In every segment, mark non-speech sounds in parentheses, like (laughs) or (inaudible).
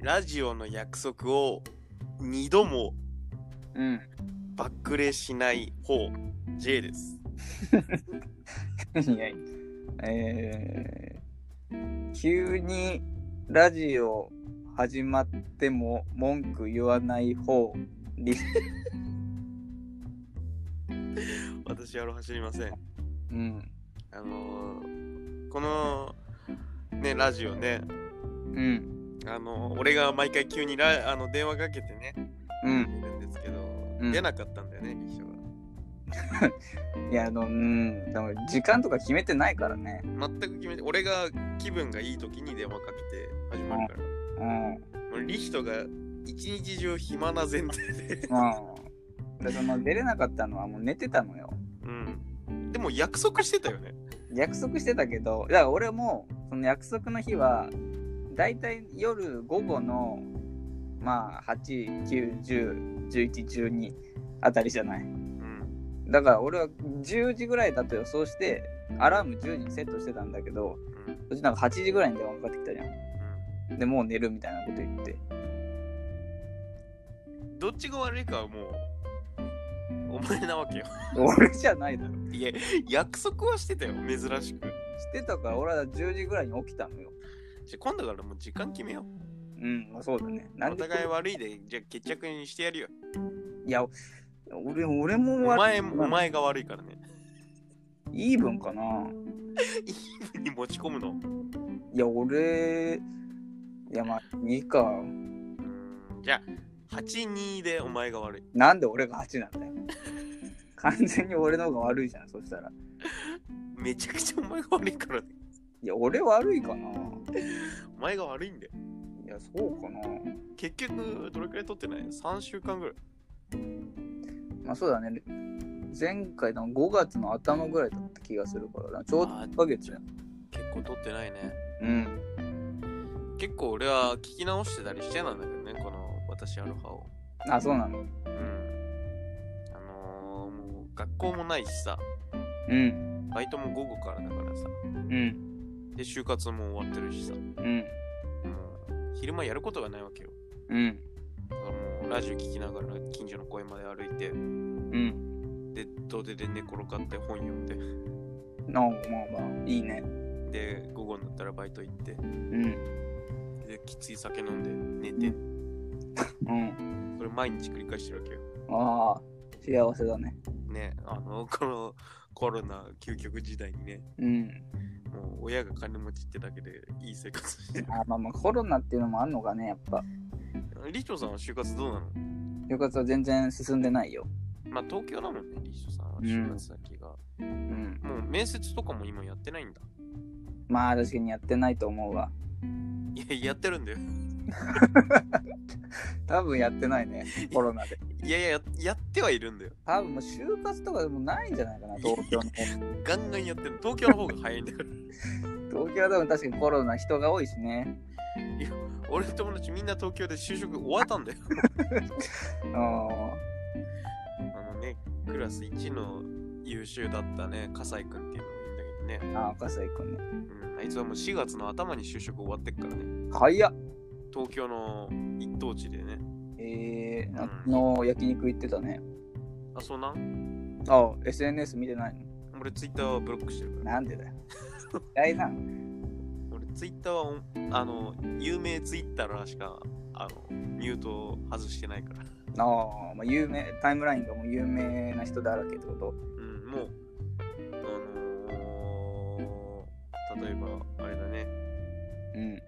ラジオの約束を二度もうん。 (laughs) バックレしない方、J です。いやいやえー、急にラジオ始まっても文句言わない方リス、私は走りません。うん、あのーこの、ね、ラジオね、うん、あのー俺が毎回急にラあの電話かけてね、うん。いるんですけど、うん出なかったんだよね、一緒が。いや、あの、うん、でも時間とか決めてないからね。全く決めて、俺が気分がいい時に電話かけて始まるから。うん、うん。もうリヒトが一日中暇な前提で。で、その出れなかったのはもう寝てたのよ。うん。でも約束してたよね。約束してたけど、だから俺も、その約束の日は、だいたい夜午後の、まあ、8、9、10、11、12あたりじゃない。うん。だから俺は10時ぐらいだと予想して、アラーム10時にセットしてたんだけど、うん。そっちなんか8時ぐらいに電話かかってきたじゃん。で、もう寝るみたいなこと言って。うん。どっちが悪いかはもう、お前なわけよ。 (laughs) 俺じゃないだろ。いや、約束はしてたよ、珍しく。してたから俺は10時ぐらいに起きたのよ。じゃ、今度からもう時間決めようん、まあ、そうだね。う。なんおで互い悪いで、じゃあ決着にしてやるよ。いや、俺俺もお悪い前も、お前が悪いからね。 (laughs) イーブンかな。イーブンに持ち込むの。いや、俺、いや、まあ、いいか。うん。じゃあ、8-2でお前が悪い。なんで俺が8なんだよ。完全に俺の方が悪いじゃん、そしたら。めちゃくちゃお前が悪いからね。いや、俺悪いかな。お前が悪いんだよ。いや、そうかな。結局、どれくらい取ってない ?3 週間ぐらい。まあ、そうだね。前回の5月の頭ぐらいだった気がするからな。ちょうど1ヶ月や。結構取ってないね。うん。結構俺は聞き直してたりしてなんだけどね、この私アルファを。あ、そうなの。うん。あのー、もう学校もないしさ、うん。バイトも午後からだからさ、うん。で、就活も終わってるしさ、もうん。う昼間やることがないわけよ。うん。だからもうラジオ聞きながら近所の公園まで歩いて、うん。で、土手で寝転がって本読んで、なあ、まあまあ、いいね。で、午後になったらバイト行って、うん。で、きつい酒飲んで寝て、うん。それ毎日繰り返してるわけよ。ああ、幸せだね。ね、あの、 (laughs) このコロナ究極時代にね、うん。もう親が金持ちってだけでいい生活してる。 (laughs) あまあまあ、コロナっていうのもあんのかね、やっぱ。リチョさんは就活どうなの就活は全然進んでないよ。まあ東京だもんね、リチョさんは就活先が。うん。もう面接とかも今やってないんだ。まあ確かにやってないと思うわ。いや、やってるんだよ。多分やってないね、コロナで。いやいや、ややってはいるんだよ。多分もう就活とかでもないんじゃないかな、東京の方。ガンガンやってる。東京の方が早いんだから。東京は多分確かにコロナ人が多いしね。俺の友達みんな東京で就職終わったんだよ。うあのね、クラス1の優秀だったね、笠井君っていうのもいいんだけどね。ん。あ、赤瀬くんね。うん、あいつはもう4月の頭に就職終わってっからね。早っ。東京の一等地でね。えー、あの焼肉行ってたね。あ、そうなんあ、SNS 見てないの俺ツイッターはブロックしてるから。なんでだよ。嫌いなの俺ツイッターはおあの有名ツイッターらしかあのミュートを外してないから、あー、まあ、有名、タイムラインがもう有名な人だらけってことうん、もうあのー、例えばあれだねうん。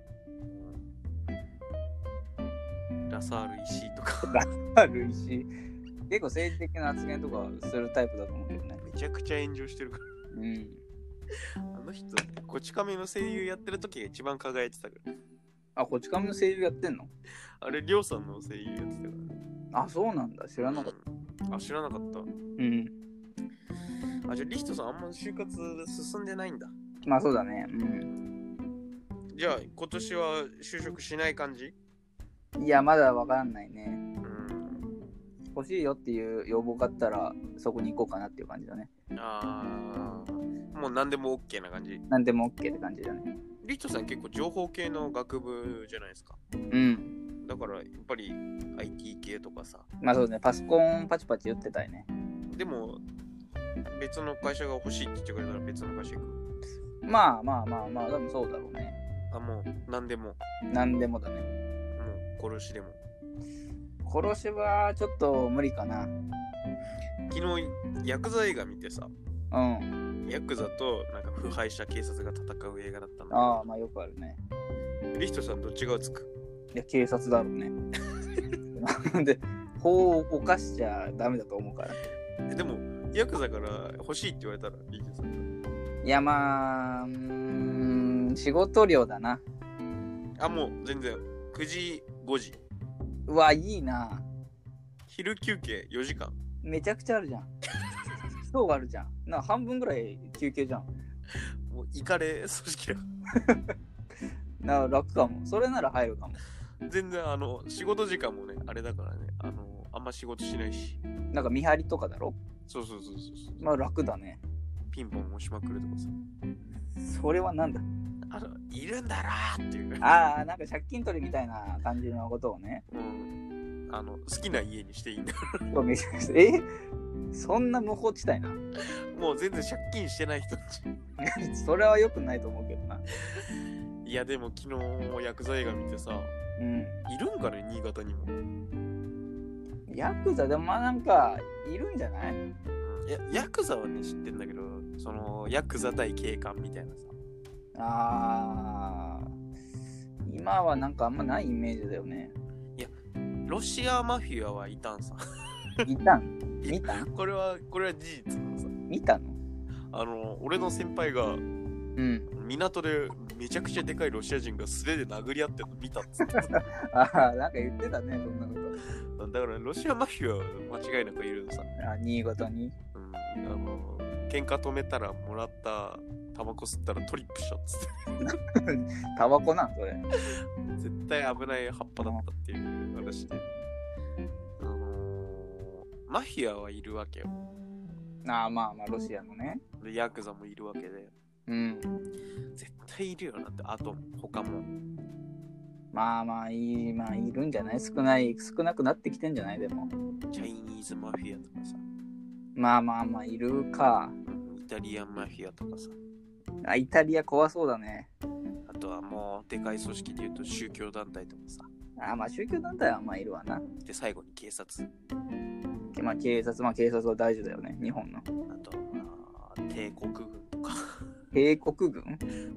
(laughs) ラサール石井とかあるし、結構政治的な発言とかするタイプだと思うけどね。 (laughs) めちゃくちゃ炎上してるかうん。らあの人こち亀の声優やってる時が一番輝いてたからあ、こち亀の声優やってんのあれりょうさんの声優やってたかあ、そうなんだ。知ららなかった。うんあ知らなかったうん。あじゃあリヒトさんあんま就活進んでないんだまあそうだね。うじゃあ今年は就職しない感じん。いや、まだわからんないね。うん欲しいよっていう要望があったら、そこに行こうかなっていう感じだね。ああ、もう何でも OK な感じ。なんでも OK って感じだね。リットさん結構情報系の学部じゃないですか。うん。だからやっぱり IT 系とかさまあそうですね、パソコンパチパチ打ってたいね。でも別の会社が欲しいって言ってくれたら別の会社行くまあまあまあまあ、多分そうだろうね。あもう何でもも何でもだね。う殺しでも殺しはちょっと無理かな。昨日ヤクザ映画見てさうん。ヤクザとなんか腐敗した警察が戦う映画だったんああ、だまあよくあるね。けどリストさんどっちがつくいや、警察だろうね。 (laughs) なんで、法を犯しちゃダメだと思うから。えでもヤクザから欲しいって言われたらリーチさんいや、まあ、うーん、仕事量だな。あもう全然9時5時うわ、いいな。昼休憩4時間めちゃくちゃあるじゃん。今日あるじゃん。な半分ぐらい休憩じゃん。もうイカレ組織だな楽かも。それなら入るかも。全然あの仕事時間もねあれだからねあのあんま仕事しないしなんか見張りとかだろそうそうそうそうそう、まあ楽だね。ピンポン押しまくるとかさそれはなんだあのいるんだろっていうああ、なんか借金取りみたいな感じのことをね。うんあの好きな家にしていいんだうわめちゃくちゃえそんな無法地帯な (laughs) もう全然借金してない人たち (laughs) それは良くないと思うけどな。いやでも昨日ヤクザ映画見てさうん。いるんかね新潟にも、ヤクザでもまあなんかいるんじゃないうん、やヤクザはね知ってんだけどそのヤクザ対警官みたいなさああ。今はなんかあんまないイメージだよね。ロシアマフィアはいたんさ (laughs) いたん見たんこれはこれは事実なのさ見たのあの俺の先輩がうん。港でめちゃくちゃでかいロシア人が素手で殴り合ってるの見たっつってああ、なんか言ってたね、そんなこと。だからロシアマフィアは間違いなくいるのさ、あ新潟に。うん、あの喧嘩止めたらもらったタバコ吸ったらトリップしたっつってタバコなんそれ。絶対危ない葉っぱだったっていう話で、あのーマフィアはいるわけよああ、まあまあ、ロシアのね。でヤクザもいるわけでうん。絶対いるよなってあと他もまあまあ、いい、まあ、いるんじゃない少ない、少なくなってきてんじゃないでも。チャイニーズマフィアとかさまあまあまあ、いるか。イタリアンマフィアとかさあ、イタリア怖そうだね。あとはもうでかい組織でいうと宗教団体とかさあ、まあ、宗教団体はまあ、いるわな。で最後に警察まあ、警察、まあ、警察は大事だよね。日本の。あとはまあ帝国軍とか (laughs) 帝国軍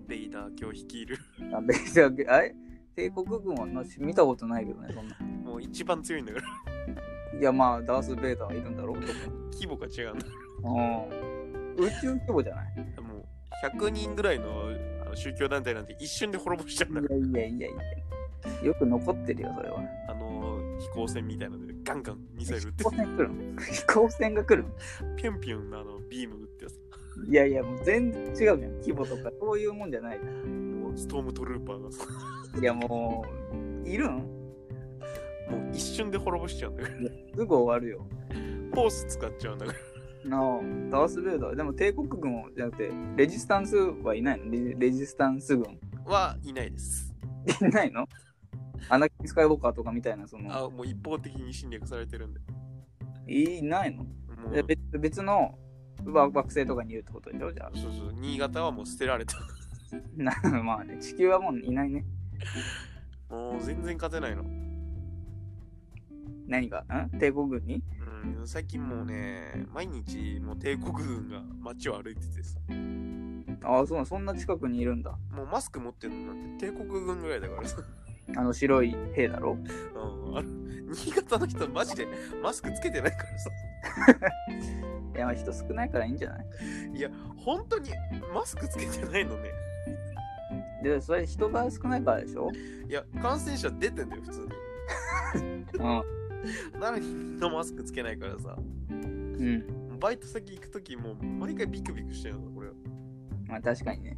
レイダー教率いるあ、別に、あれ帝国軍はな見たことないけどね、そんな。 (laughs) もう一番強いんだから (laughs) いや、まあ、ダース・ベイダーはいるんだろうと規模が違うんだ思う。うん。宇宙規模じゃないもう100人ぐらいのあの宗教団体なんて一瞬で滅ぼしちゃうんだからいやいやいやいや。よく残ってるよ、それは。あの飛行船みたいなのでガンガンミサイル撃っ飛て行船来るの (laughs) 飛行船が来るのピュンピュンのあのビーム撃ってさいやいや、もう全然違うじゃん。規模とか、そういうもんじゃない。もうストームトルーパーがさいや、もう、いるんもう一瞬で滅ぼしちゃうんだからすぐ終わるよ。フォース使っちゃうんだかなあ、ダース・ベイダー。でも帝国軍をじゃなくて、レジスタンスはいないのレジレジスタンス軍。 (laughs) らはいないですいないのアナキン・スカイウォーカーとかみたいな、その、あもう一方的に侵略されてるんでいないのもうで別別の惑惑星とかにいるってことでしょじゃあ (laughs) そうそう新潟はもう捨てられたな。まあね、地球はもういないね。もう全然勝てないの何がん帝国軍にうん最近もうね毎日もう帝国軍が街を歩いててさああ、そうそんな近くにいるんだ。もうマスク持ってるのなんて帝国軍ぐらいだからさ、あの白い兵だろうん、あの新潟の人マジでマスクつけてないからさいや、まあ人少ないからいいんじゃない本当にマスクつけてないのね。で、それ人が少ないからでしょいや、感染者出てんだよ、普通うん。に。なのにみんなマスクつけないからさ。うん。バイト先行くときもう毎回ビクビクしてるの、これ。まあ確かにね。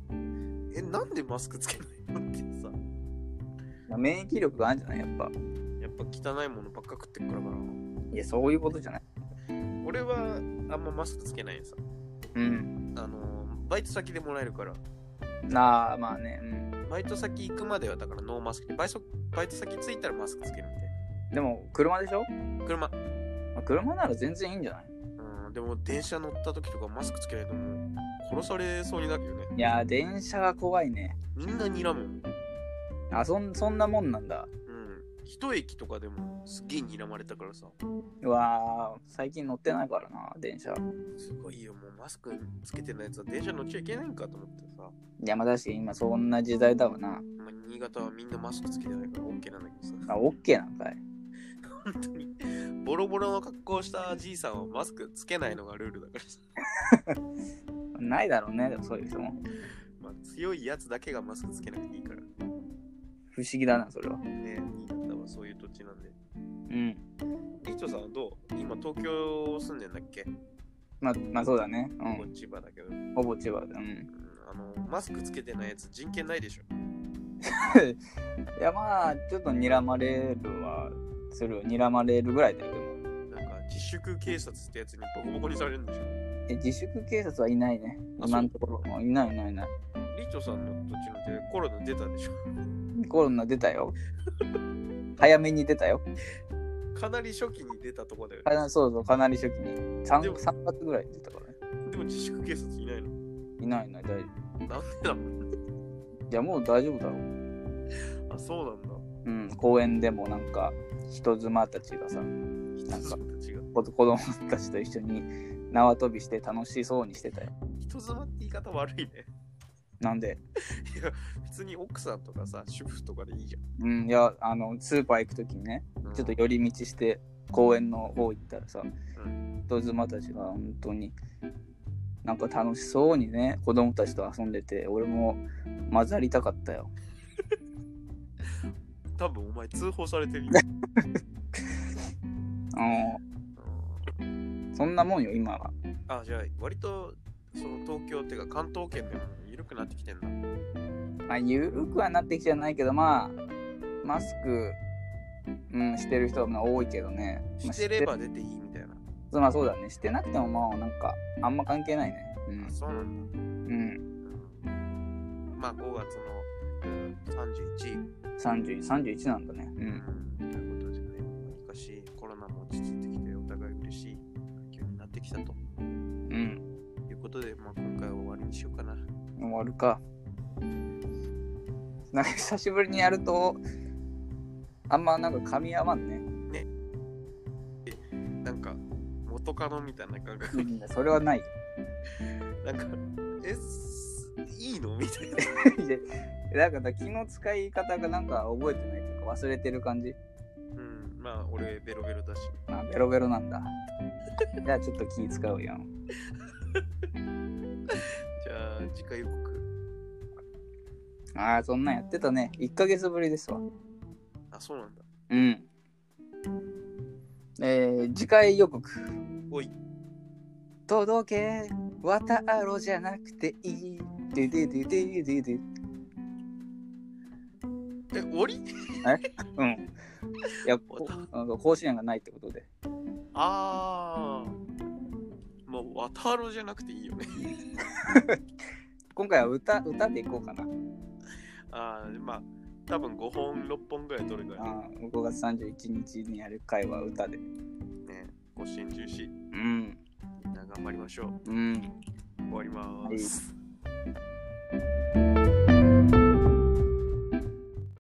え、なんでマスクつけないのってさ。まあ免疫力があるんじゃないやっぱ。やっぱ汚いものばっか食ってっからかな。いや、そういうことじゃない。俺はあんまマスクつけないのさ。うん。あのー、バイト先でもらえるから。なあ、まあね。うん。バイト先行くまではだからノーマスクでバイソバイト先着いたらマスクつけるみたいでも、車でしょな車まあ車なら全然いいんじゃないうんでも電車乗った時とかマスクつけないともう殺されそうになるよねいやー、電車が怖いね。みんな睨むもんあ、そん、そんなもんなんだ。うん一駅とかでもすっげえ睨まれたからさうわー、最近乗ってないからな、電車。すごいよもうマスクつけてないやつは電車乗っちゃいけないんかと思ってさ、いや、まあ確かに今そんな時代だわな。まあ、新潟はみんなマスクつけてないから OK なんだけどさあ、オッケーなんかい。 (laughs) 本当にボロボロの格好をしたじいさんはマスクつけないのがルールだからさ、ないだろうね、でもそういう人も。まあ、強いやつだけがマスクつけなくていいから不思議だな、それは。ね新潟はそういう土地なんでうん。伊藤さんはどう今東京住んでんだっけ、まあ、まあそうだね。こうっち千葉だけど、ん。ほぼ千葉で。うん。うんあのマスクつけてないやつ人権ないでしょ (laughs) いや、まあ、ちょっと睨まれるは、するよ。睨まれるぐらいだよ、でも。なんか自粛警察ってやつにボコボコにされるんでしょえ、自粛警察はいないね。あ今のところ。もういないいないいない。リチョさんの土地なんてコロナ出たでしょ (laughs) コロナ出たよ。 (laughs) 早めに出たよ。かなり初期に出たとこだよ、かなそうそう、かなり初期に。で 3, も3月ぐらいに出たからね。でも自粛警察いないのいないいない、大丈なんでだろう夫。いや、もう大丈夫だろう。あそうなんだうん、公園でもなんか、人妻たちが人さ、なんか妻たちが子子供たちと一緒に縄跳びして楽しそうにしてたよ。人妻って言い方悪いねなんで、いや別に奥さんとかさ主婦とかでいいじゃうん、いや、あの、スーパー行くときにね、ん、うんちょっと寄り道して公園の方行ったらさ、ん人妻たちが本当になんか楽しそうにね子供たちと遊んでて俺も混ざりたかったよ多分お前通報されてるよ、あのそんなもんよ今はあじゃあ割とその東京っていうか関東圏でも緩くなってきてんだまあ緩くはなってきてないけどまあマスク、うん、してる人は多いけどねまあしてれば出ていいみたいなしてまあそうだねしてなくてもまあなんかあんま関係ないねあそうなんだうん、うん、うんまあ5月のうん31 30 31なんだねううんんということでねわりかしコロナも落ち着いてきてお互い嬉しい環境になってきたとうんいうことで、まあ、今回は終わりにしようかな終わるかなんか久しぶりにやるとあんまなんか噛み合わんねなんか元カノみたいな感覚いいんだそれはない。 (laughs) なんか (laughs) えすいいのみたいなでなんかだ気の使い方がなんか覚えてないというか忘れてる感じ。うんまあ俺ベロベロだしあベロベロなん (laughs) だ。じゃあちょっと気使うやん。じゃあ次回予告ああ、そんなんやってたね。1ヶ月ぶりですわ。あそうなんだうん。えー、次回予告。おい届け、渡ろうじゃなくていい。ででででででで。え終わりうん。いや、こなんか甲子園がないってことで。ああもう渡ろじゃなくていいよね (laughs) 今回は歌、歌でいこうかな。ああまあ多分5本6本ぐらい取るからあー5月31日にやる回は歌で。ねご心中しうん。みんな頑張りましょううん。終わりまーす、は